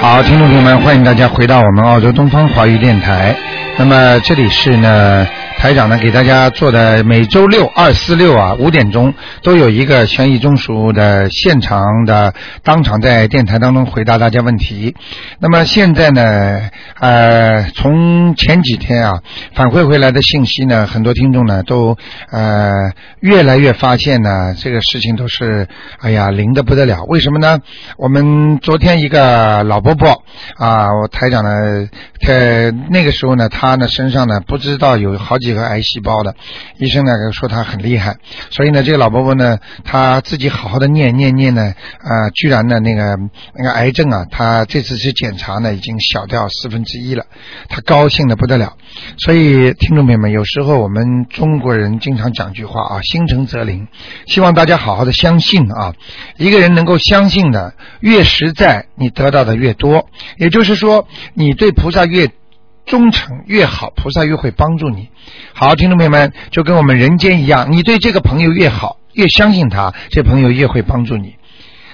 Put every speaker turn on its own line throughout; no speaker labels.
好，听众朋友们，欢迎大家回到我们澳洲东方华语电台。那么这里是呢，台长呢给大家做的每周六、二、四、六啊五点钟都有一个悬疑中枢的现场的当场在电台当中回答大家问题。那么现在呢，呃，从前几天啊反馈回来的信息呢，很多听众呢都呃越来越发现呢这个事情都是哎呀灵的不得了。为什么呢？我们昨天一个老伯伯啊，我台长呢，他那个时候呢，他呢身上呢不知道有好几个癌细胞的，医生呢说他很厉害，所以呢这个老伯伯呢他自己好好的念念念呢啊、居然呢那个那个癌症啊，他这次去检查呢已经小掉四分之一了，他高兴的不得了。所以听众朋友们，有时候我们中国人经常讲句话啊，心诚则灵，希望大家好好的相信啊，一个人能够相信的越实在，你得到的越多。也就是说，你对菩萨越忠诚越好，菩萨越会帮助你。好，听众朋友们，就跟我们人间一样，你对这个朋友越好，越相信他，这朋友越会帮助你。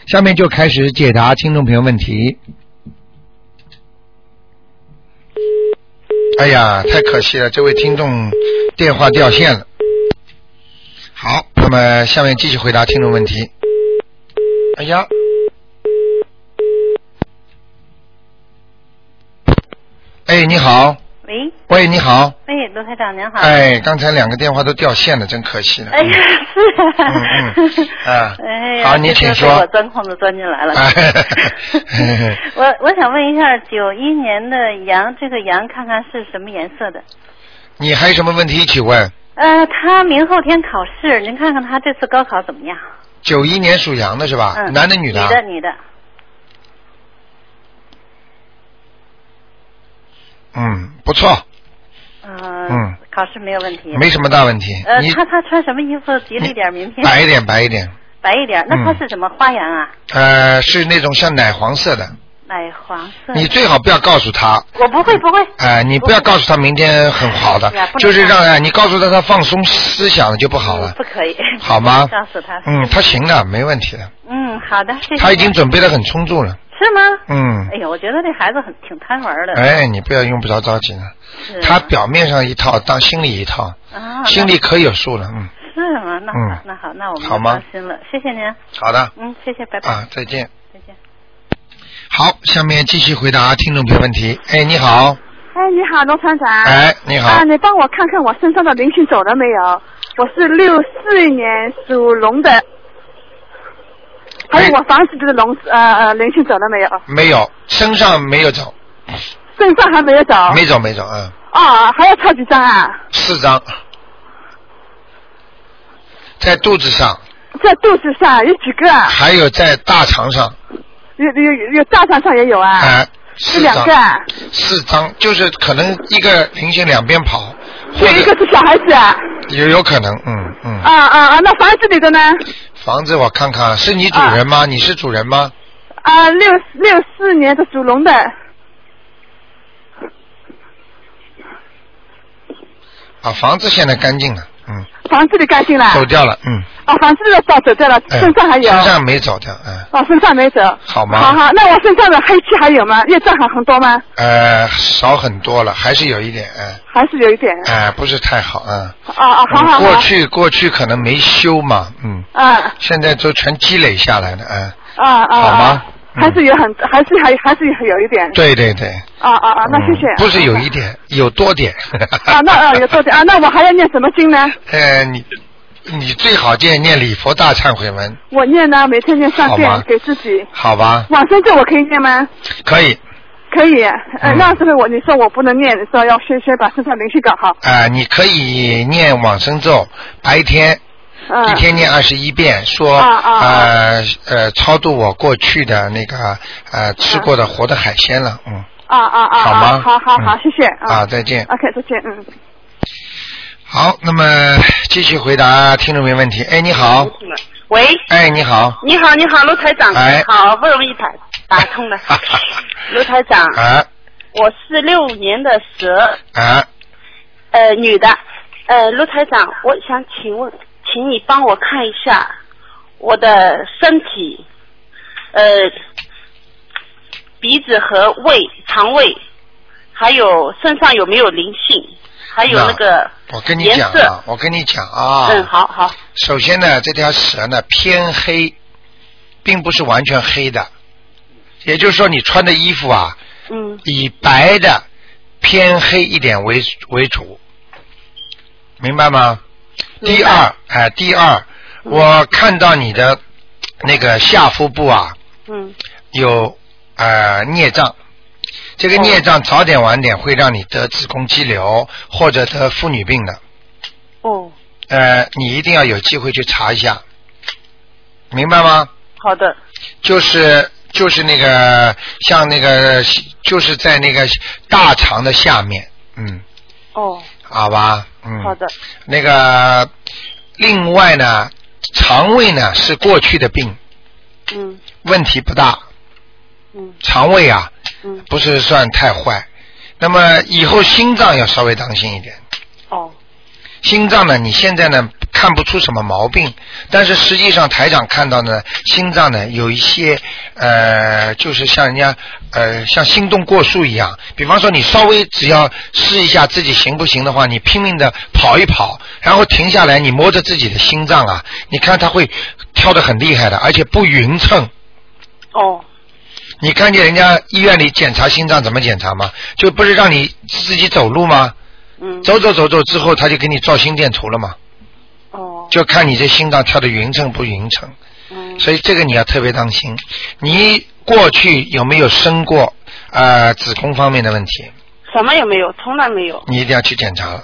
下面就开始解答听众朋友问题。哎呀，太可惜了，这位听众电话掉线了。好，那么下面继续回答听众问题。哎呀，哎，你好，
喂，
喂，你好，
哎，罗台长您好。
哎，刚才两个电话都掉线了，真可惜了。
哎呀，是
嗯嗯啊
啊。 哎呀，
好你
这
请
次
说
被我钻空子钻进来了。
哎
我我想问一下，九一年的羊，这个羊看看是什么颜色的？
你还有什么问题一起问？
呃，他明后天考试，您看看他这次高考怎么样？
九一年属羊的是吧？
嗯，
男的女的啊？
女的，女的。
嗯，不错，嗯
嗯。考试没有问题。
没。什么大问题。
呃，
你
他他穿什么衣服？吉利点，明天
白一点，白一点。
白一点。那他
嗯
是什么花羊啊？
呃，是那种像奶黄色的。
奶黄色。
你最好不要告诉他，
我不会不会。
哎、你不要告诉他明天很好的
哎呀，不能
就是让
告
哎、你告诉他他放松思想就不好了
不，可以。
好吗？
告诉他。
嗯，他行的，没问题的，
嗯，好的，谢谢。
他已经准备的很充足了。
是吗？
嗯，
哎呀，我觉得这孩子很挺贪玩的。
哎，你不要用不着着急呢，
是
他表面上一套，当心里一套，
啊，
心里可有数了。嗯，
那是吗？那好
嗯，
那好，那我们
好吗
放心了，谢谢您。
好的，
嗯，谢谢，拜拜，
啊，再见。
再见。
好，下面继续回答听众朋友问题。哎，你好，
哎，你好，罗团长。
哎，你好
啊，，你帮我看看我身上的灵性走了没有？我是六四年属龙的，还
哎
有我房子的龙呃呃灵性走了没有？
没有，身上没有走，
身上还没有走。
没走，没走，嗯，
啊，还要抄几张啊？
四张，在肚子上，
在肚子上有几个啊？
还有在大肠上，
有有有有大肠上也有啊？
哎、
有
四
两
张
个，啊，
四张，就是可能一个灵性两边跑，或
有一个
者
是小孩子啊。
也有可能，嗯嗯。
啊啊啊！那房子里的呢？
房子我看看，是你主人吗？你是主人吗？
啊，六六四年的属龙的，
啊，房子现在干净了，嗯，
房子里干净了。
走掉了，嗯，
啊，房子的早走掉了，
哎
身上还有。
身上没走掉，嗯。
哦，身上没走。
好吗
好好，那我身上的黑气还有吗？业障还很多吗？
呃，少很多了，还是有一点，哎、
还是有一点。
哎、不是太好，嗯。
哦哦，好好好。
过去过去可能没修嘛，嗯，
嗯。
现在都全积累下来了，嗯，
啊啊
好吗
啊！
嗯
还是有很，还是还还是有一点。
对对对。
啊啊啊！那
嗯
谢谢。
不是有一点，有多点。
啊，那啊有多点啊，那我还要念什么经呢？
呃，你你最好念念礼佛大忏悔文，
我念呢，每天念三
好吧
遍给自己。
好吧？
往生咒我可以念吗？
可以，
可以。呃，
嗯
那这个我你说我不能念，你说要先先把身上灵性搞好。
啊、你可以念往生咒，白天
嗯
一。天念二十一遍，说
啊啊啊
呃呃超度我过去的那个呃吃过的活的海鲜了，嗯，
啊啊啊！
好吗
啊好好好，
嗯
谢谢。嗯
啊，再见。
OK，再见。嗯。
好，那么继续回答听众朋友问题。哎，你好，
喂，
哎，你好，
你好，你好，卢台长，
哎。
好不容易打打通了 卢台长，
啊
我是六五年的蛇，
啊，
呃，女的，呃，卢台长，我想请问，请你帮我看一下我的身体，呃，鼻子和胃、肠胃，还有身上有没有灵性，还有那个
我跟你
颜
讲
色
啊，，我跟你讲啊，
嗯，好好，
首先呢，这条蛇呢偏黑，并不是完全黑的，也就是说你穿的衣服啊，
嗯
以白的偏黑一点为为主，明白吗？第
明白嗯
二，哎，第二，我看到你的那个下腹部啊
嗯
有呃孽障，这
哦
个孽障早点晚点会让你得子宫肌瘤或者得妇女病的。
哦，
呃，你一定要有机会去查一下，明白吗？
好的，
就是就是那个像那个就是在那个大肠的下面，嗯，
哦，
好吧，嗯，
好的，
那个另外呢，肠胃呢是过去的病，
嗯
问题不大，
嗯
肠胃啊
嗯，
不是算太坏，那么以后心脏要稍微当心一点。
哦，
心脏呢，你现在呢看不出什么毛病，但是实际上台长看到呢，心脏呢有一些呃，就是像人家呃像心动过速一样，比方说你稍微只要试一下自己行不行的话，你拼命的跑一跑，然后停下来，你摸着自己的心脏啊，你看它会跳得很厉害的，而且不匀称。
哦，
你看见人家医院里检查心脏怎么检查吗？就不是让你自己走路吗？
嗯，
走走走走之后，他就给你照心电图了嘛。
哦，
就看你这心脏跳的匀称不匀称，
嗯
所以这个你要特别当心。你过去有没有生过呃子宫方面的问题？
什么也没有，从来没有，
你一定要去检查了。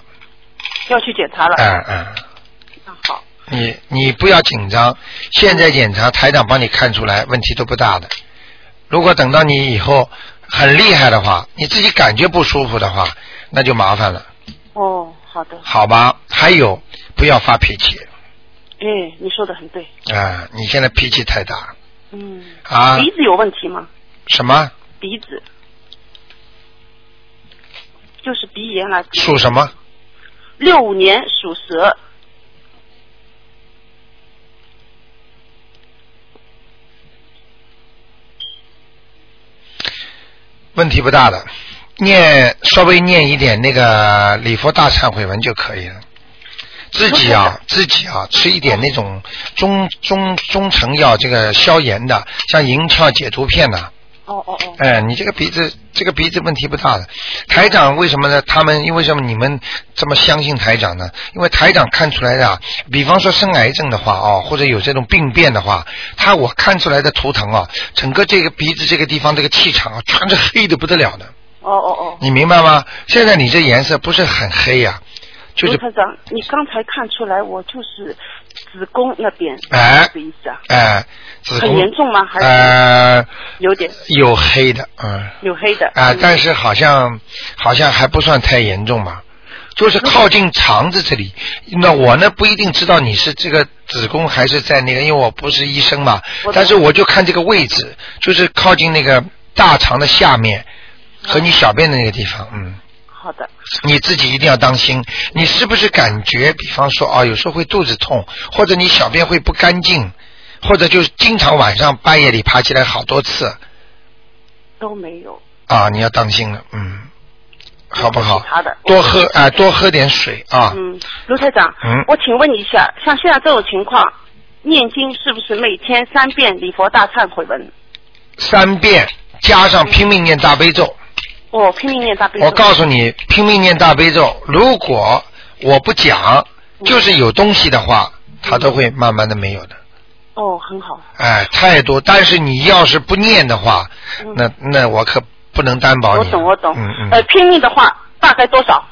要去检查了。
哎、哎、
那好，
你你不要紧张，现在检查台长帮你看出来问题都不大的。如果等到你以后很厉害的话，你自己感觉不舒服的话，那就麻烦了，
哦，好的，
好吧？还有，不要发脾气
哎，你说的很对，
啊、你现在脾气太大
嗯，
啊？
鼻子有问题吗？
什么
鼻子，就是鼻炎了。
属什么？
六五年属蛇，
问题不大的，念稍微念一点那个礼佛大忏悔文就可以了。自己啊，自己啊，吃一点那种中中中成药，这个消炎的，像银翘解毒片呐、
哦哦哦，
哎，你这个鼻子，这个鼻子问题不大的。台长为什么呢？他们因为什么你们这么相信台长呢？因为台长看出来的啊，比方说生癌症的话哦，或者有这种病变的话，他我看出来的图腾啊，整个这个鼻子这个地方这个气场啊，全是黑的不得了的。
哦哦哦。
你明白吗？现在你这颜色不是很黑呀、就
卢
是
科长，你刚才看出来我就是子宫那边，
哎
什么意思啊？
哎、子宫
很严重吗？还是
呃
有点
有黑的，嗯
有黑的？
啊、
嗯
但是好像好像还不算太严重吧，就是靠近肠子这里。那
嗯
我呢不一定知道你是这个子宫还是在那个，因为我不是医生嘛
我，懂
但是我就看这个位置，就是靠近那个大肠的下面和
嗯
你小便的那个地方，嗯。
好的，
你自己一定要当心，你是不是感觉，比方说啊、有时候会肚子痛，或者你小便会不干净，或者就是经常晚上半夜里爬起来好多次
都没有。
啊，你要当心了，嗯，好不好
其他的？
多喝啊、多喝点水啊，
嗯，卢台长，
嗯
我请问一下，像现在这种情况，念经是不是每天三遍礼佛大忏悔文？
三遍加上拼命念大悲咒。
我哦拼命念大悲咒。
我告诉你，拼命念大悲咒，如果我不讲，
嗯
就是有东西的话，它都会慢慢的没有的。
哦，很好。
哎，太多。但是你要是不念的话，
嗯
那那我可不能担保
我
你。
懂，我懂。
嗯嗯。
呃，拼命的话，大概多少？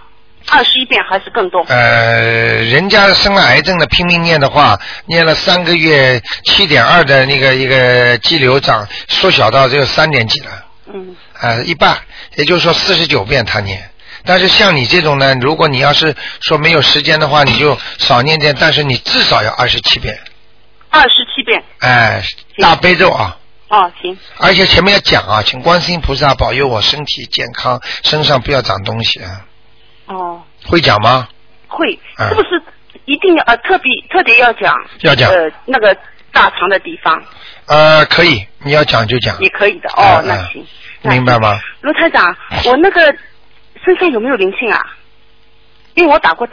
二十一遍还是更多？
呃，人家生了癌症的拼命念的话，念了三个月，七点二的那个一个肌瘤长缩小到只有三点几了，
嗯，
呃，一半，也就是说四十九遍他念。但是像你这种呢，如果你要是说没有时间的话，你就少念点，但是你至少要二十七遍，
二十七遍。
哎，大悲咒啊。
哦，行。
而且前面要讲啊，请观世音菩萨保佑我身体健康，身上不要长东西啊。
哦，
会讲吗？
会，
嗯
是不是一定要呃特别特别要讲？
要讲
呃那个大肠的地方
呃，可以，你要讲就讲，
也可以的
啊
哦，那
啊
行，那
明白
行
吗？
卢台长，
哎
我那个身上有没有灵性啊？因为我打过胎，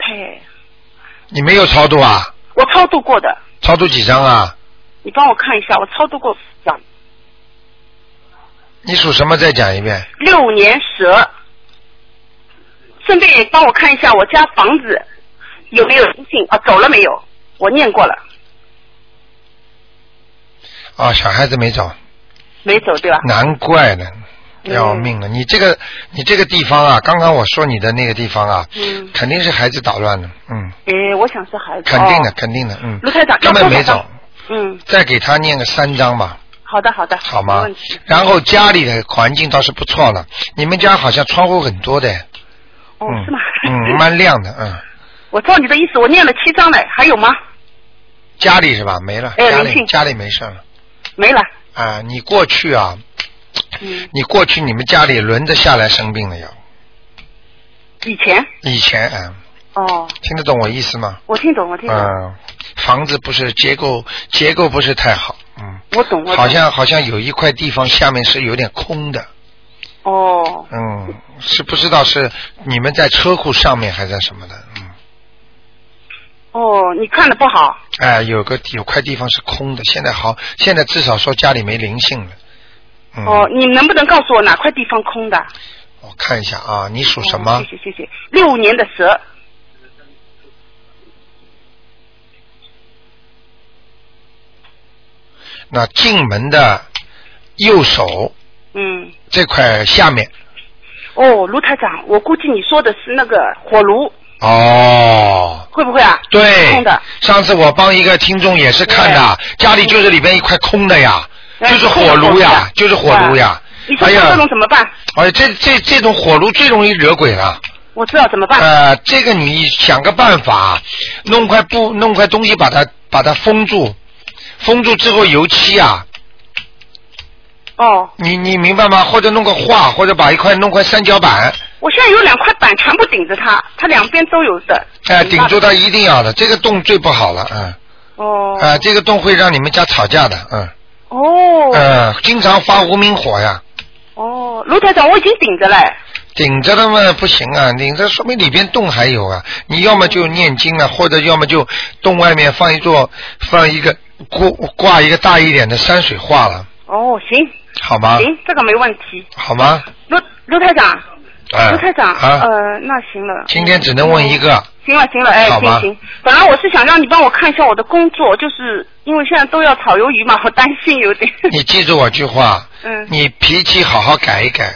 你没有超度啊？
我超度过的，
超度几张啊？
你帮我看一下，我超度过讲
你属什么？再讲一遍。
六五年蛇。顺便也帮我看一下我家房子有没有灵性啊？走了没有？我念过了，
啊、小孩子没走，
没走对吧？
难怪呢，
嗯
要命了！你这个你这个地方啊，刚刚我说你的那个地方啊，
嗯，
肯定是孩子捣乱的，嗯，
诶，我想是孩子。
肯定的，
哦。
肯定的，嗯，
卢台长，
根本没
要多少
走
张。，嗯，
再给他念个三章吧，
好的好的。
好
没
吗
问题？
然后家里的环境倒是不错了，你们家好像窗户很多的，
哦，
嗯
是吗？
嗯，蛮亮的，嗯，
我照你的意思，我念了七章了，还有吗？
家里是吧？没了，
哎有
家
灵
里
性
家里没事了
没了。
啊。你过去啊，
嗯，
你过去你们家里轮着下来生病了要，
以前
以前啊，
哦，
听得懂我意思吗？
我听懂，我听懂，
嗯，房子不是结构结构不是太好，嗯，
我懂，我懂。
好像好像有一块地方下面是有点空的，
哦，
嗯，是不知道是你们在车库上面还是在什么的，嗯，
哦，你看的不好，
哎，有个有块地方是空的，现在好，现在至少说家里没灵性了，嗯，
哦，你能不能告诉我哪块地方空的？
我看一下啊，你属什么
哦？谢谢谢谢。六五年的蛇，
那进门的右手
嗯，
这块下面，
哦，卢台长，我估计你说的是那个火炉，
哦，
会不会啊？
对，
空的，
上次我帮一个听众也是看的，家里就是里边一块空的呀，
哎
就是火炉呀，就是火炉。呀。
啊空的空的你说
哎
像
呀
这，种怎么办？
哎，这这这种火炉最容易惹鬼了。
我知道怎么办。
呃，这个你想个办法，弄块布，弄块东西把它把它封住，封住之后油漆啊，呃
哦，
你你明白吗？或者弄个画，或者把一块弄块三角板，
我现在有两块板全部顶着它，它两边都有的。
哎、顶住它一定要的。这个洞最不好了，嗯，
哦。
啊、这个洞会让你们家吵架的，嗯，
哦。
呃，经常发无名火呀。
哦，卢台长，我已经顶着了。
顶着的嘛不行啊，顶着说明里边洞还有啊。你要么就念经啊，或者要么就洞外面放一座放一个挂挂一个大一点的山水画了，
哦，行
好吗？
行，这个没问题。
好吗？
卢卢台长，
啊、
卢台长，
啊，
呃，那行了。
今天只能问一个，
行了行了，哎，
好吧
行行。本来我是想让你帮我看一下我的工作，就是因为现在都要炒鱿鱼嘛，我担心有点。
你记住我句话，
嗯，
你脾气好好改一改，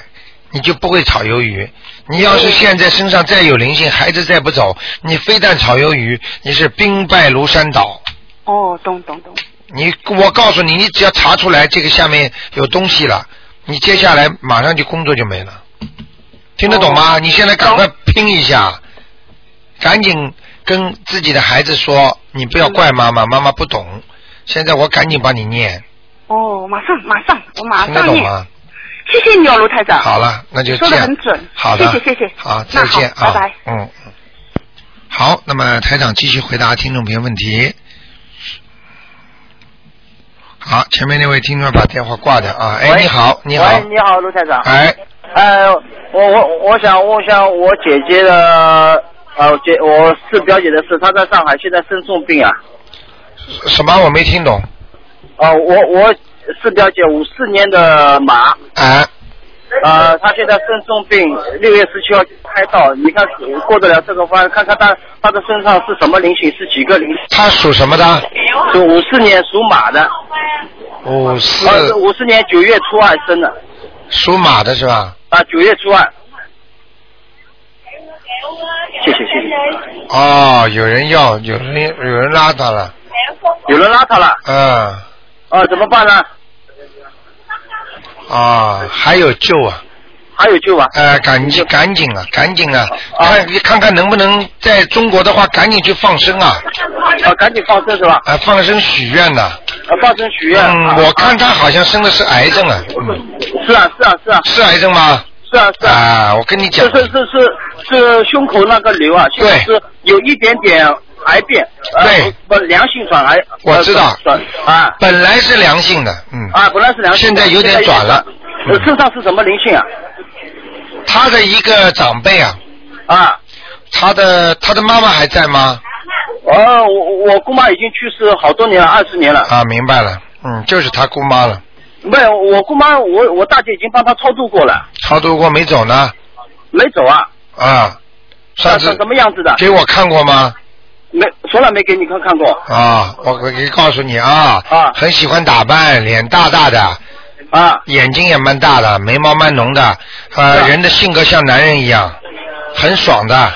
你就不会炒鱿鱼。你要
哦
是现在身上再有灵性，孩子再不走，你非但炒鱿鱼，你是兵败如山倒。
哦，懂懂懂。
你我告诉你，你只要查出来这个下面有东西了，你接下来马上就工作就没了，听得懂吗？你现在赶快拼一下，赶紧跟自己的孩子说，你不要怪妈妈，妈妈不懂。现在我赶紧帮你念，
哦，马上马上，我马
听得
上
懂
念。
吗？
谢谢你哦，卢台长。
好了，那就
说
这
得
样
很准
好的，
谢谢谢谢
好，
那
再
好
见
拜
啊，
拜
嗯，嗯好，那么台长继续回答听众朋友问题。好，前面那位听众把电话挂掉啊，哎，
喂
你好，你好，
喂，你好，卢台长。
哎，
呃，我我我想问一下我姐姐的，呃，我姐我四表姐的事，她在上海，现在身重病啊。
什么我没听懂，
呃，我我四表姐五四年的马，
哎，
呃，她现在身重病，六月十七号开刀，你看过得了这个关，看看她她的身上是什么灵性，是几个灵性？
他属什么的？
是五四年属马的，
五四
呃，是五四年九月初二生的，
属马的是吧？
啊、九月初二。谢谢谢谢。
哦，有人要，有人有人拉他了，
有人拉他了，
嗯，
啊，怎么办呢？
啊，还有救啊，
还有救啊？
呃，赶紧赶紧啊，赶紧啊！
啊
看你看看能不能在中国的话，赶紧去放生啊，
啊，赶紧放生是吧？
啊，放生许愿呐、
啊，放生许愿。
嗯，
啊
我看他好像生的是癌症啊，嗯，
是啊，是啊，是啊，
是癌症吗？
是是啊是啊，
啊，我跟你
是
讲，
是是是是胸口那个瘤啊，现在
对
是有一点点癌变，呃
对
不良性转癌，
我知道
转啊
本来是良性的，嗯，
啊，本来是良性
现
的，
在有点转了嗯
现在有点转呃身上是什么灵性啊？
他的一个长辈啊，
啊，
他的他的妈妈还在吗？
哦，我我姑妈已经去世好多年了，二十年了。
啊，明白了，嗯，就是他姑妈了，
没有，我姑妈，我我大姐已经帮她超度过了，
超度过没走呢？
没走啊。
啊，上
长
次
什么样子的？
给我看过吗？
没，从来没给你看看过
啊，我我给告诉你啊，
啊
很喜欢打扮，脸大大的，
啊。
眼睛也蛮大的，眉毛蛮浓的，呃，
啊
人的性格像男人一样，很爽的，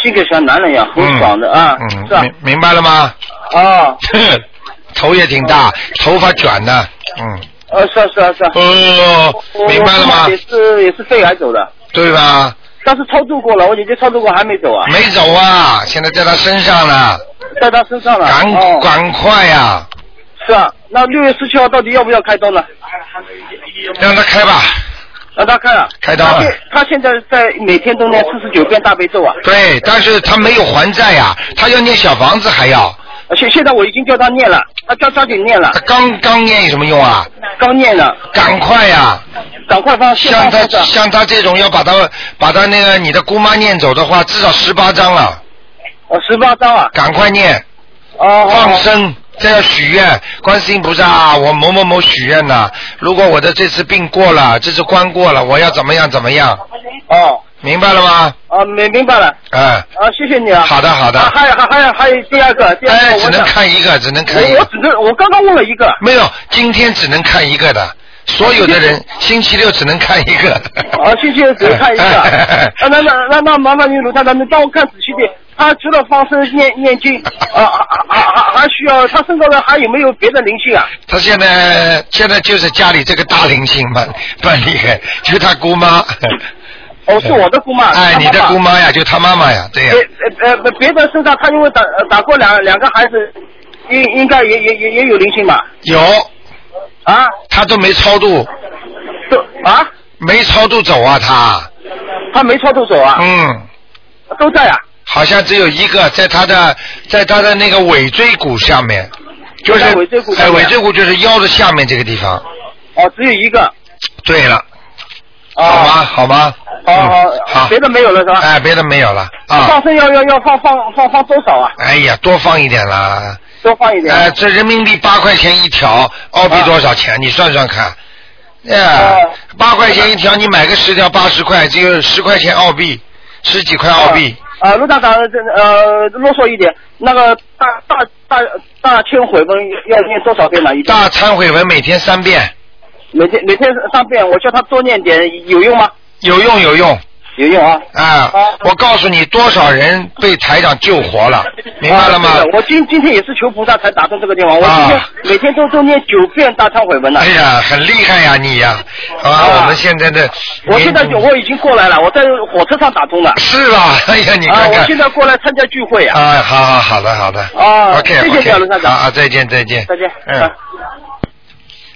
性格像男人一样，很
嗯
爽的啊，
嗯，
是吧？
明明白了吗？
啊，
头也挺大，头发卷的，嗯，
呃，是啊是啊是啊。
哦，
我
明白了
我姑
吗
妈也？是也是肺癌走的，
对吧？
但是超度过了，我姐姐超度过还没走啊，
没走啊，现在在他身上呢，
在她身上了。
赶
哦，
赶快呀、
是啊，那六月十七号到底要不要开刀呢？
让他开吧。
让她开啊。
开刀啊
她现她现在在每天都念四十九遍大悲咒啊。
对，但是他没有还债呀、他要念小房子还要，
现现在我已经叫她念了，她叫抓紧念了
他，刚刚念有什么用啊？
刚念了，
赶快呀、
赶快放现
像
放
他
放着。
像他这种要把他把他那个你的姑妈念走的话，至少十八章了，
哦，十八张啊。
赶快念，
哦，好
放
好
生，这要许愿，观世音菩萨啊，我某某某许愿呐、如果我的这次病过了，这次关过了，我要怎么样怎么样，
哦，
明白了吗？
啊，明明白了，
嗯，
啊，谢谢你啊。
好的好的
啊还有还还有还有第二个，第二
哎，
个
只
我
能
想，
看一个，只能看一
我我
个，
只能我刚刚问了 一个，
没有，今天只能看一个的，所有的 人星期六只能看一个。
啊，谢谢，只能看一 个。啊，那那那那麻烦您卢太太，你帮我看仔细点。他除了放生念念经，啊啊啊啊啊，还需要他身上的还有没有别的灵性啊？
他现在现在就是家里这个大灵性 蛮蛮厉害，就他姑妈。
哦，是我的姑妈。
哎，
她
你的
妈妈
姑。妈呀，就他妈妈呀，对呀
别，呃呃别的身上，他因为打呃打过两两个孩子，应应该也也也也有灵性吧？
有，
啊，
他都没超度，
这啊，
没超度走啊，他，
他没超度走啊，
嗯，
都在啊。
好像只有一个在他的在他的那个尾椎骨下面，就是
在尾椎骨下
哎，
面啊
尾椎骨就是腰的下面这个地方。
哦，只有一个。
对了，
哦
好吗？好吗？
哦
嗯
哦，
好
别，的没有了是吧？
哎，别的没有了啊
放。生要要要放放放放多少啊？
哎呀，多放一点啦。
多放一点。
呃，这人民币八块钱一条，澳
啊
币多少钱？你算算看。哎
哦，
八块钱一条，你买个十条八十块，只有十块钱澳币，十几块澳币。
啊，啊陆大长，这呃啰嗦一点，那个大大大大千悔文要念多少遍呢？一
大忏悔文每天三遍，
每天每天三遍，我叫他多念点，有用吗？
有用有用
有用啊。
啊
哦！
我告诉你，多少人被台长救活了，明白了
啊
吗
对？的我今今天也是求菩萨才打通这个电话，我今天
啊
每天都都念九遍大忏悔文了
哎。呀，很厉害呀你呀！啊，
啊
我们现在的，
我现在
你
就我已经过来了，我在火车上打通了。
是吧？哎呀，你
啊，
看
我
看
现在过来参加聚会啊。
啊，好好好的好的
啊
，OK
谢谢你啊卢
OK，
台
好
长
啊，再见再见，
再见。
嗯
啊。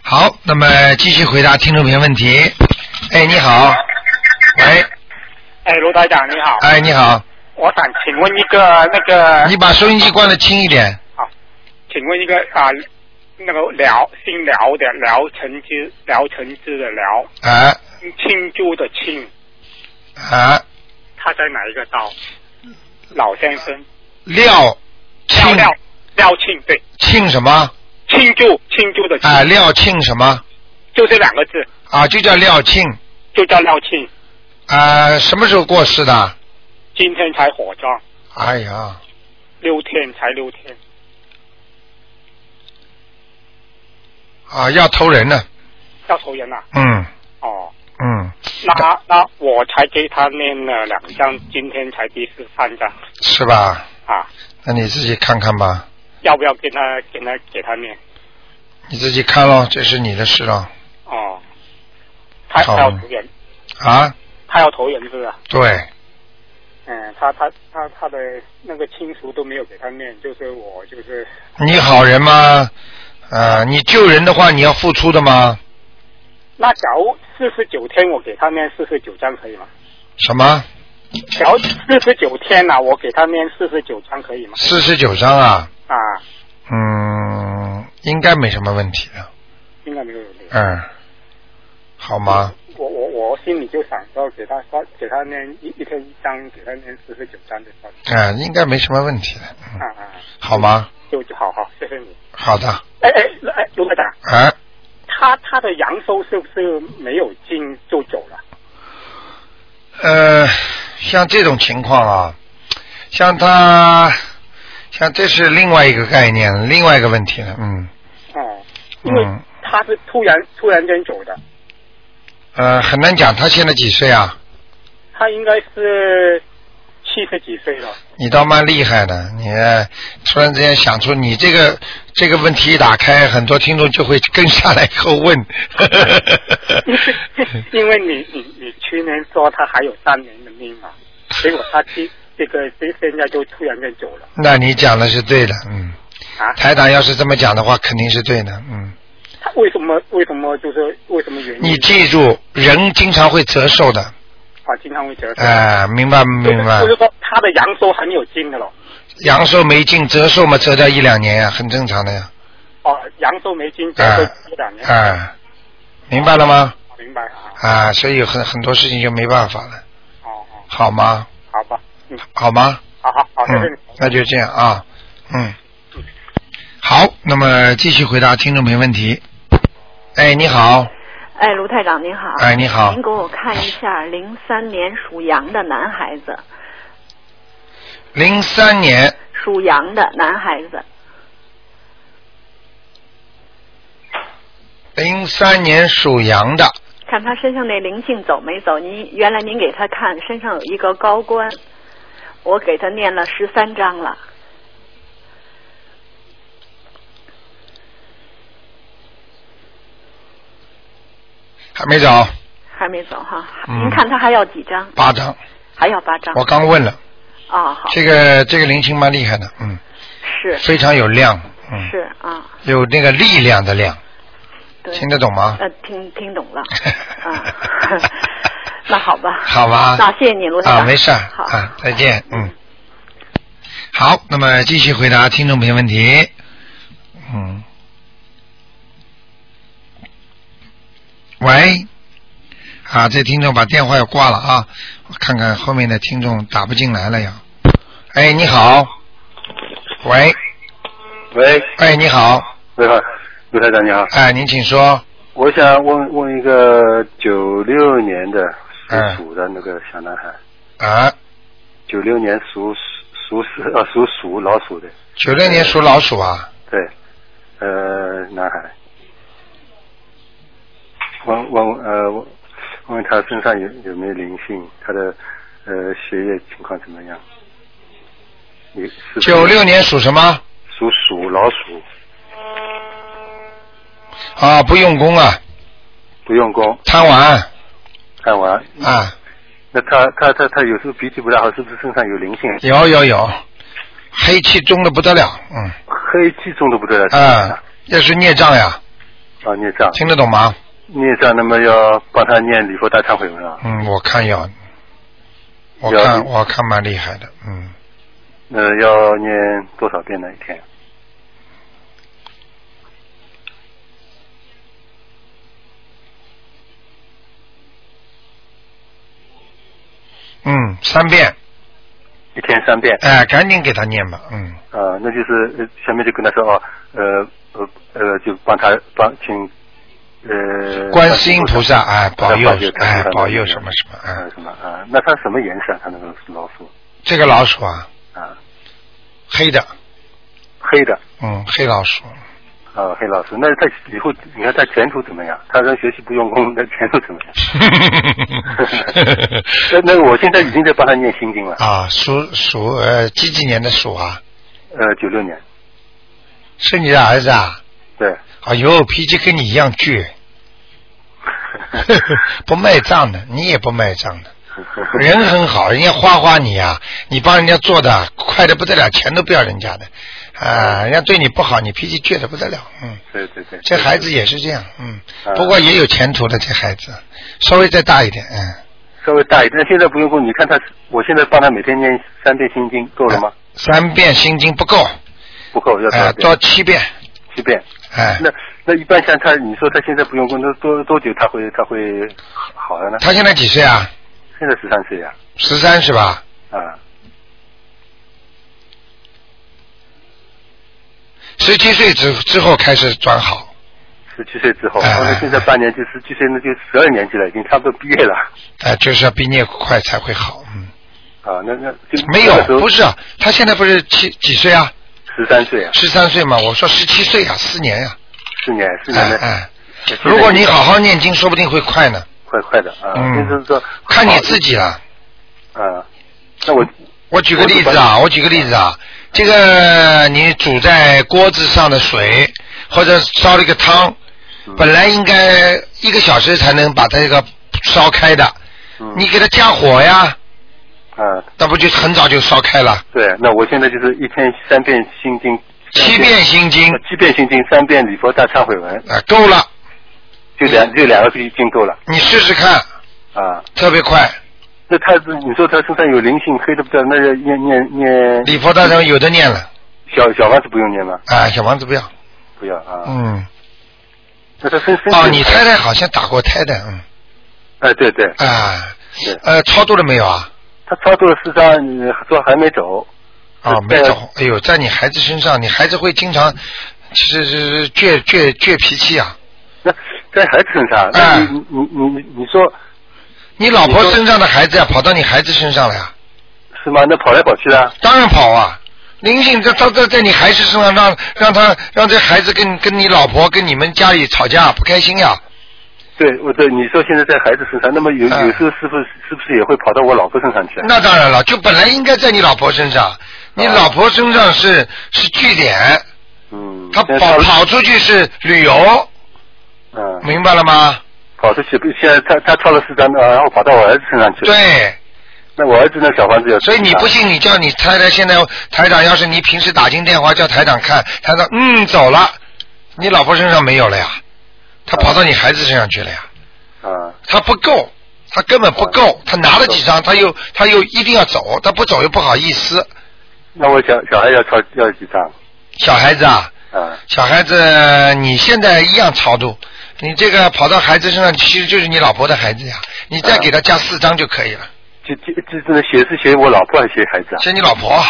好，那么继续回答听众朋友问题。哎，你好，喂，
哎，罗台长你好，
哎，你好，
我想请问一个那个，
你把收音机关的轻一点。
请问一个啊、那个疗姓疗的疗橙汁疗橙汁的疗，
啊
庆祝的庆，
啊，
他在哪一个道？老先生，
廖
廖
庆
廖廖庆，对，
庆什么？
庆祝庆祝的庆，
啊，廖庆什么？
就这两个字，
啊，就叫廖庆。
就叫廖庆。
啊，什么时候过世的？
今天才火葬，
哎呀，
六天才六天，
啊，要投人了。
要投人了、
嗯
哦，
嗯，
那那我才给他念了两张，今天才第十三张
是吧？
啊，
那你自己看看吧，
要不要给他给他给他念？
你自己看咯，这是你的事咯。
哦，他
好
他要投人，
啊，
他要投人是吧？
对，
嗯，他他他他的那个亲属都没有给他念，就是我就是
你好人吗？呃，你救人的话，你要付出的吗？
那假如四十九天我给他念四十九章可以吗？
什么？
假如四十九天呐、啊我给他念四十九章可以吗？
四十九章啊？
啊，
嗯，应该没什么问题的。
应该没有问题。
嗯，好吗？
我我我心里就想说，给他说给他念一一天一章，给他念四十九章就算了。
哎、应该没什么问题的，嗯
啊啊，
好吗？
就就好好，谢谢你。
好的，
哎哎哎，卢科长，
哎，
他他的阳寿是不是没有尽就走了？
呃，像这种情况啊，像他，像这是另外一个概念，另外一个问题了，嗯
哦、因为
嗯，
他是突然突然间走的，
呃，很难讲，他现在几岁啊？
他应该是七十几岁了。
你倒蛮厉害的，你呃突然之间想出你这个这个问题一打开，很多听众就会跟下来以后 问。
因为你你你去年说他还有三年的命嘛，结果他这这个这现在就突然间走了
那你讲的是对的，嗯，
啊！
台长要是这么讲的话，肯定是对的，嗯。
他为什么为什么就是为什么原因？
你记住，人经常会折寿的，
啊，经常会折寿，
哎、明白
就是
明白
就。是说他的阳寿很有劲的咯。
阳寿没尽，折寿嘛，折掉一两年呀、很正常的呀，
哦，阳寿没尽，折
哎
寿这两年，
哎、明白了吗？
明白啊？
啊，所以有很很多事情就没办法了，
哦哦，
好吗？
好吧，嗯，
好吗？
好好好，谢谢
嗯
你。，
那就这样啊，嗯，好，那么继续回答听众没问题。哎，你好，
哎，卢台长您好。
哎，你好
您，给我看一下零三年属羊的男孩子，
零三年，
属羊的男孩子，
零三年属羊的，
看他身上那灵性走没走？您原来您给他看身上有一个高官，我给他念了十三章了。
还没走，
还没走哈，
嗯
您看他还要几张？
八张，
还要八张。
我刚问了，
哦，好，
这个这个灵性蛮厉害的，嗯，
是
非常有量，嗯，
是啊，
有那个力量的量，
对，
听得懂吗？
呃，听听懂 了，啊， 那好吧，
好吧
那谢谢你，卢台长，
啊，没事儿
好，
啊，再见，嗯。好，那么继续回答听众朋友问题。嗯。喂，啊，这听众把电话要挂了啊，我看看后面的听众打不进来了呀。哎，你好。喂，
喂，
哎，你好，
你好，卢台长你好，
哎，您请说。
我想问问一个九六年的属鼠的那个小男孩，
啊，
九六年属属鼠呃属鼠老鼠的，
九六年属老鼠啊，
对，呃男孩，问问呃问问他身上有有没有灵性，他的呃学业情况怎么样？有是
九六年属什么？
属鼠老鼠，
啊，不用功啊，
不用功，
贪玩
看完。
啊，
那他他他他有时候脾气不大好，是不是身上有灵性？啊
有有有，黑气重的不得了，嗯
黑气重的不得了，
啊，这是孽障呀，
啊，孽障，
听得懂吗？
孽障，那么要帮他念礼佛大忏悔文啊。
嗯，我看要，我
要
看我看蛮厉害的，嗯，
呃，要念多少遍呢？一天？
嗯，三遍，
一天三遍。
哎，赶紧给他念吧，嗯，
啊，那就是呃下面就跟他说哦，呃呃呃，就帮他帮请呃
观世音菩萨哎
帮他
保佑
保佑他
哎
他
保佑什么什么哎
呃什么啊？那他什么颜色啊？他那个老鼠
这个老鼠啊，
啊，
黑的，
黑的。
嗯，黑老 鼠，
啊，黑老鼠，那他以后你看他前途怎么样？他说学习不用功，那前途怎么样？ 那那我现在已经在帮他念心经了，
啊，属属呃几几年的鼠啊？
呃，九六年，
是你的儿子啊？
对，
哎呦，脾气跟你一样倔， 不卖账的，你也不卖账的。人很好，人家花花你啊，你帮人家做的快的不得了，钱都不要人家的，啊，人家对你不好，你脾气倔得不得了，嗯。
对对对。
这孩子也是这样，嗯
啊，
不过也有前途的，这孩子稍微再大一点，嗯，
稍微大一点，现在不用供，你看他，我现在帮他每天念三遍心经，够了吗？
三遍心经不够，
不够，要多
哎
少，
多
遍？
七遍，
七遍。
哎，
那那一般像他，你说他现在不用功，那多多久他会他会好了呢？
他现在几岁啊？
现在十三岁呀、
十三是吧？
啊，
十七岁之之后开始转好，
十七岁之后，
哎
他们现在八年级，十七岁那就十二年级了，已经差不多毕业了
哎，就是要比你快才会好，嗯，
啊。那那就
没有，不是，啊，他现在不是七几岁啊？
十三岁啊，
十三岁嘛，我说十七岁啊，四年呀、
四年四年
哎
的。
哎，如果你好好念经，说不定会快呢，
快快的啊，
嗯
就是说
看你自己了。
啊。那我
我举个例子啊，我举个例子啊，这个你煮在锅子上的水，或者烧了一个汤，
嗯
本来应该一个小时才能把它这个烧开的，
嗯
你给它加火呀，
啊，
那不就很早就烧开了？
对，那我现在就是一天三遍心经，呃
七遍心经
七遍心经，三遍礼佛大忏悔文，
啊，够了，
就两
嗯
就两个经够了
你试试看，
啊。
特别快。
那他是你说他身上有灵性，黑的不得了，那个念念念
礼佛大忏有的念了
小小房子不用念吗？
啊，小王子不要，
不要啊。
嗯，
那他身身体
哦，你太太好像打过胎的，嗯
哎对对，
啊
对，
呃，超度了没有啊？
他超度了四张，呃说还没走。
啊，
对
没走。哎呦，在你孩子身上，你孩子会经常，其实是倔倔倔脾气啊。
那在孩子身上，那
哎
你你你你你说
你老婆
你说
身上的孩子呀、跑到你孩子身上了呀、
是吗？那跑来跑去的，
当然跑啊。灵性在在在在你孩子身上让让他让这孩子跟跟你老婆跟你们家里吵架不开心呀、
对，我对你说现在在孩子身上，那么有、
哎
有时候是不是是不是也会跑到我老婆身上去？
那当然了，就本来应该在你老婆身上，你
啊
老婆身上是是据点，
嗯，
她
现在
跑
了
跑出去是旅游，
嗯，
明白了吗？
跑出去，不现在他他超了四张，呃然后跑到我儿子身上去了。，
对，
那我儿子那小房子要，
所以你不信，你叫你太太现在台长，要是你平时打进电话叫台长看，台长嗯走了，你老婆身上没有了呀，他跑到你孩子身上去了呀，
啊，
他不够，他根本不够，他拿了几张，哦他又他又一定要走，他不走又不好意思，
那我小小孩要超要几张？
小孩子啊，
啊，
小孩子你现在一样超度，你这个跑到孩子身上，其实就是你老婆的孩子呀，你再给他加四张就可以了，
这这这这写是写我老婆还是写孩子啊？
写你老婆，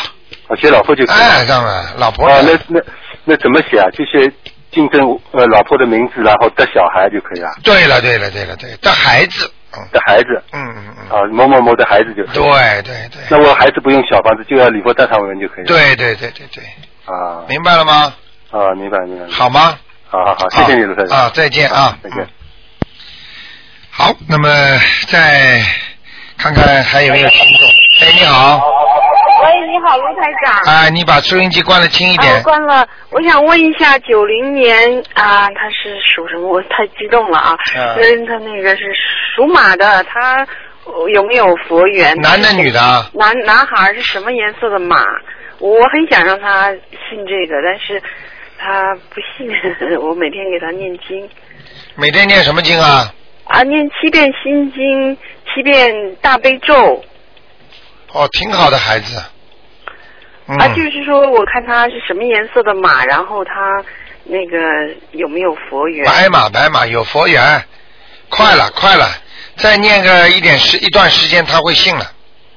我写老婆就可以了。
哎，当然老婆，
啊，那那那怎么写啊？就写竞争呃老婆的名字，然后的小孩就可以了，
对了对了对了对了，这孩子，嗯
的孩子
嗯嗯嗯。
啊某某某的孩子就可以。
对对对，
那我孩子不用小房子，就要礼佛大忏悔文就可以了。
对对对对对，
啊
明白了吗？
啊，明白明白。明白，
好吗？
好好好，谢谢你卢太太。
啊，再见啊，
再见。
好，那么再看看还有没有听众。哎，你好，
喂，哎你好，卢台长。
啊，你把收音机关了轻一
啊，我
点。
关了。我想问一下，九零年啊，他是属什么？我太激动了啊！
嗯
嗯，他那个是属马的，他有没有佛缘？
男的女的啊？
男男孩是什么颜色的马？我很想让他信这个，但是他不信。 我每天给他念经
每天念什么经啊？
啊，念七遍心经，七遍大悲咒。
哦，挺好的孩子。嗯
啊，就是说，我看他是什么颜色的马，然后他那个有没有佛缘？
白马白马有佛缘，快了快了，再念个一点时一段时间他会信了。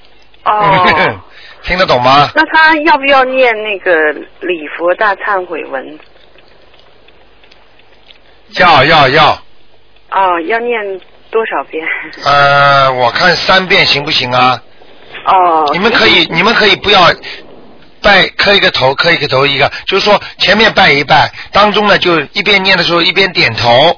哦，
听得懂吗？
那他要不要念那个礼佛大忏悔文？
要要要，
哦，要念多少遍？
呃，我看三遍行不行啊？
哦，
你们可以，你们可以不要拜磕一个头，磕一个头一个，就是说前面拜一拜，当中呢就一边念的时候一边点头，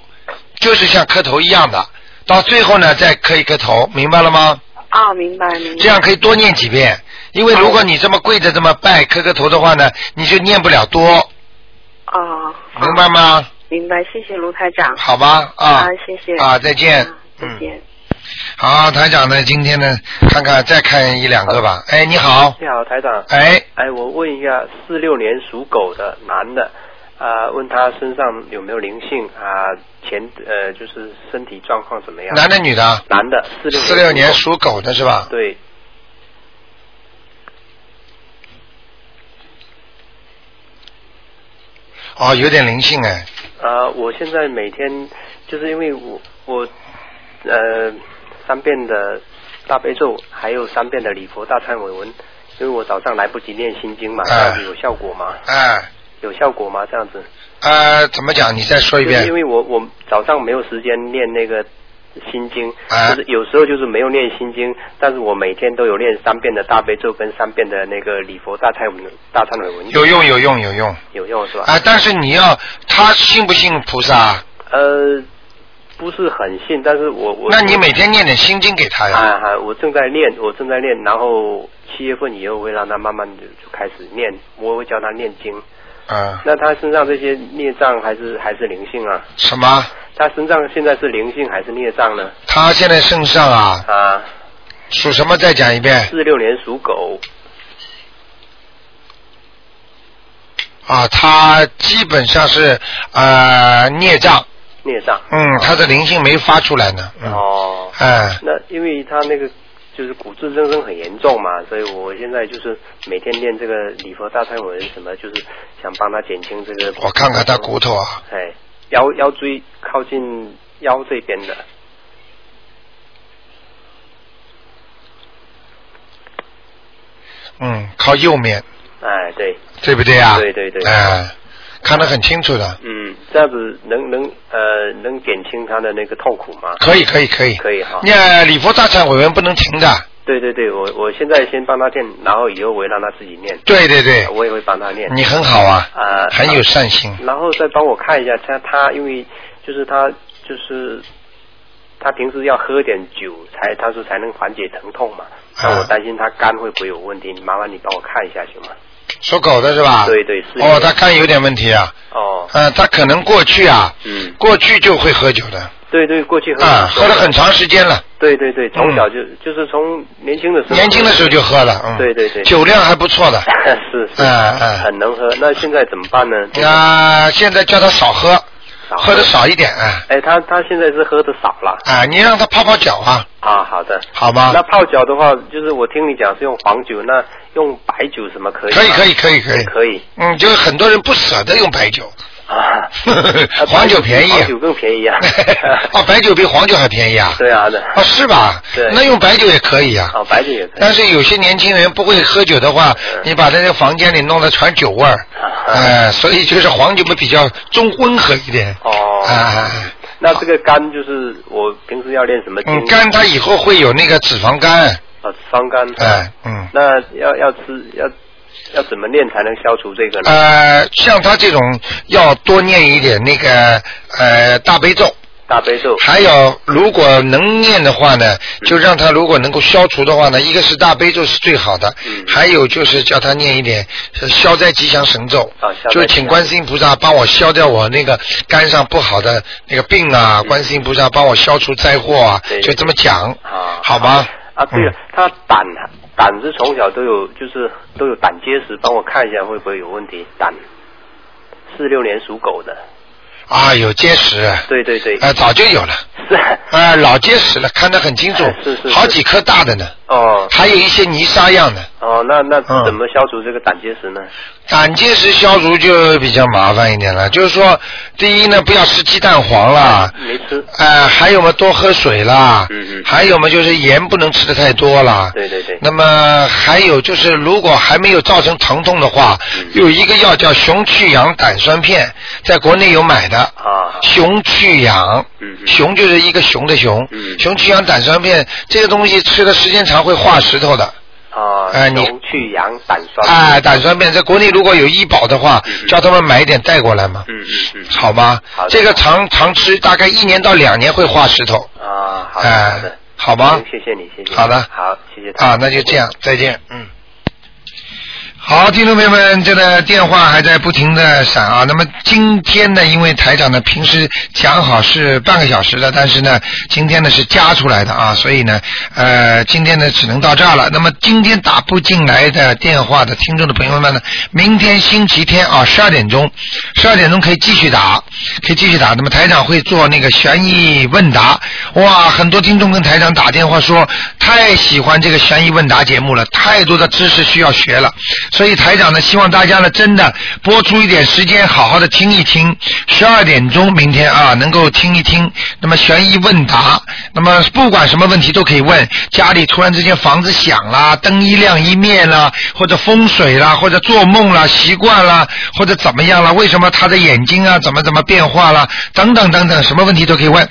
就是像磕头一样的。到最后呢再磕一磕头，明白了吗？
啊，明白明白。
这样可以多念几遍，因为如果你这么跪着这么拜磕个头的话呢，你就念不了多，
哦，
明白吗？
明白，谢谢卢台长。
好吧，啊
啊，谢谢。
啊，再见
啊，
嗯
再。见。
好，台长呢，今天呢，看看再看一两个吧。哎，你好，
你好，台长。
哎，
哎，我问一下，四六年属狗的男的，啊、问他身上有没有灵性啊、前呃，就是身体状况怎么样？
男的女的啊
男的，四六
四六年属狗的是吧？
对，
哦，有点灵性哎，
啊、我现在每天就是因为我我呃三遍的大悲咒，还有三遍的礼佛大忏悔文，因为我早上来不及念心经嘛，这样子有效果吗？
哎，
有效果吗？这样子？
呃，怎么讲？你再说一
就是
遍
因。为我我早上没有时间念那个心经，
啊
就是有时候就是没有念心经，但是我每天都有念三遍的大悲咒跟三遍的那个礼佛大忏文大忏悔文。
有用有用有用
有用是吧？
啊！但是你要他信不信菩萨？
呃，不是很信，但是我我
那你每天念点心经给哎他呀
啊啊，我正在念，我正在念，然后七月份以后会让他慢慢的就开始念，我会教他念经。
啊，
那他身上这些孽障还是还是灵性啊？
什么？
他身上现在是灵性还是孽障呢？
他现在身上啊，
啊，
属什么？再讲一遍
四六年属狗，
啊！他基本上是呃孽障，
孽障。
嗯，他的灵性没发出来呢，嗯，
啊哦，
哎
那因为他那个就是骨质增生很严重嘛，所以我现在就是每天练这个礼佛大忏悔文什么，就是想帮他减轻这个。
我哦看看他骨头啊，
哎，腰腰椎靠近腰这边的，
嗯，靠右面，
哎，对，
对不对啊？
对对对
哎，看得很清楚的，
嗯，这样子能能呃能减轻他的那个痛苦吗？
可以可以可以
可以哦哈。
念礼佛大忏悔文不能停的，
对对对，我我现在先帮他念，然后以后我会让他自己念。哎
对对对
我也会帮他念。
你很好啊
啊、
很有善心
然后再帮我看一下他他，因为就是他就是他平时要喝点酒才他说才能缓解疼痛嘛，
啊
那我担心他肝会不会有问题，麻烦你帮我看一下行吗？
属狗的是吧？
对对是
哦，他肝有点问题啊，
哦，
呃，他可能过去啊，
嗯，
过去就会喝酒的，
对对，过去喝
啊，
酒哦
喝了很长时间了。
对对对，从小就、就是从年轻的时候，
嗯年轻的时候就喝了嗯
对对对，
酒量还不错的
是是，
嗯嗯
很能喝。那现在怎么办呢？
啊，现在叫他少喝，喝的少一点啊
哎，他他现在是喝的少了
啊，你让他泡泡脚啊，
啊，好的，
好吗
那泡脚的话，就是我听你讲是用黄酒，那用白酒什么可以吗？啊
可以可以可以可以，
可以
嗯，就是很多人不舍得用白酒，，
啊
黄酒便宜啊
黄酒更便宜 啊，
啊，白酒比黄酒还便宜啊，
对啊的，
啊是吧？
对，
那用白酒也可以啊，
啊，白酒也可以，
但是有些年轻人不会喝酒的话，你把他这房间里弄得全酒味儿，哎，所以就是黄酒嘛比较中温和一点，
哦，
啊，
那这个肝就是我平时要练什么经？
嗯，肝它以后会有那个脂肪肝，
啊，伤肝，
哎，嗯。
那要要吃要要怎么练才能消除这个呢？
呃，像他这种要多念一点那个呃大悲咒，
大悲咒，
还有如果能念的话呢，
嗯
就让他如果能够消除的话呢，一个是大悲咒是最好的，
嗯
还有就是叫他念一点呃消灾吉祥神咒，
啊消灾吉祥
就是请观世音菩萨帮我消掉我那个肝上不好的那个病啊，观世音菩萨帮我消除灾祸啊，
嗯对
就这么讲，
啊
好吗？嗯
啊，对了，他胆胆子从小都有，就是都有胆结石，帮我看一下会不会有问题？胆，四六年属狗的，
啊，有结石，
对对对，
呃，早就有了，
是
呃，老结石了，看得很清楚，
哎是是是
好几颗大的呢。
哦，
还有一些泥沙样的。
哦，那那
嗯
怎么消除这个胆结石呢？
胆结石消除就比较麻烦一点了，就是说，第一呢，不要吃鸡蛋黄啦，
没吃，
呃，还有嘛，多喝水啦，
嗯嗯
还有嘛，就是盐不能吃的太多啦。
对对对，
那么还有就是，如果还没有造成疼痛的话，
嗯
有一个药叫熊去氧胆酸片，在国内有买的。
啊，
熊去氧
嗯，嗯
熊就是一个熊的熊，熊去氧胆酸片这个东西吃的时间长会化石头的。
啊，
哎你
龙去阳胆酸，
哎，胆酸片在国内如果有医保的话，叫他们买一点带过来嘛，
嗯嗯嗯，
好吗？
好的
这个常常吃，大概一年到两年会化石头。
啊，好的
哎
好的，嗯
好吗
行谢谢你，谢谢你，
好的
好，谢谢，
啊，那就这样，再见，嗯。好，听众朋友们，这个电话还在不停的闪啊。那么今天呢，因为台长呢平时讲好是半个小时的，但是呢今天呢是加出来的啊，所以呢呃今天呢只能到这儿了。那么今天打不进来的电话的听众的朋友们呢，明天星期天啊十二点钟，十二点钟可以继续打，可以继续打。那么台长会做那个悬疑问答，哇，很多听众跟台长打电话说太喜欢这个悬疑问答节目了，太多的知识需要学了。所以台长呢，希望大家呢真的播出一点时间，好好的听一听。十二点钟明天啊，能够听一听。那么悬疑问答，那么不管什么问题都可以问。家里突然之间房子响啦，灯一亮一灭啦，或者风水啦，或者做梦啦，习惯啦，或者怎么样啦，为什么他的眼睛啊怎么怎么变化啦，等等等等，什么问题都可以问。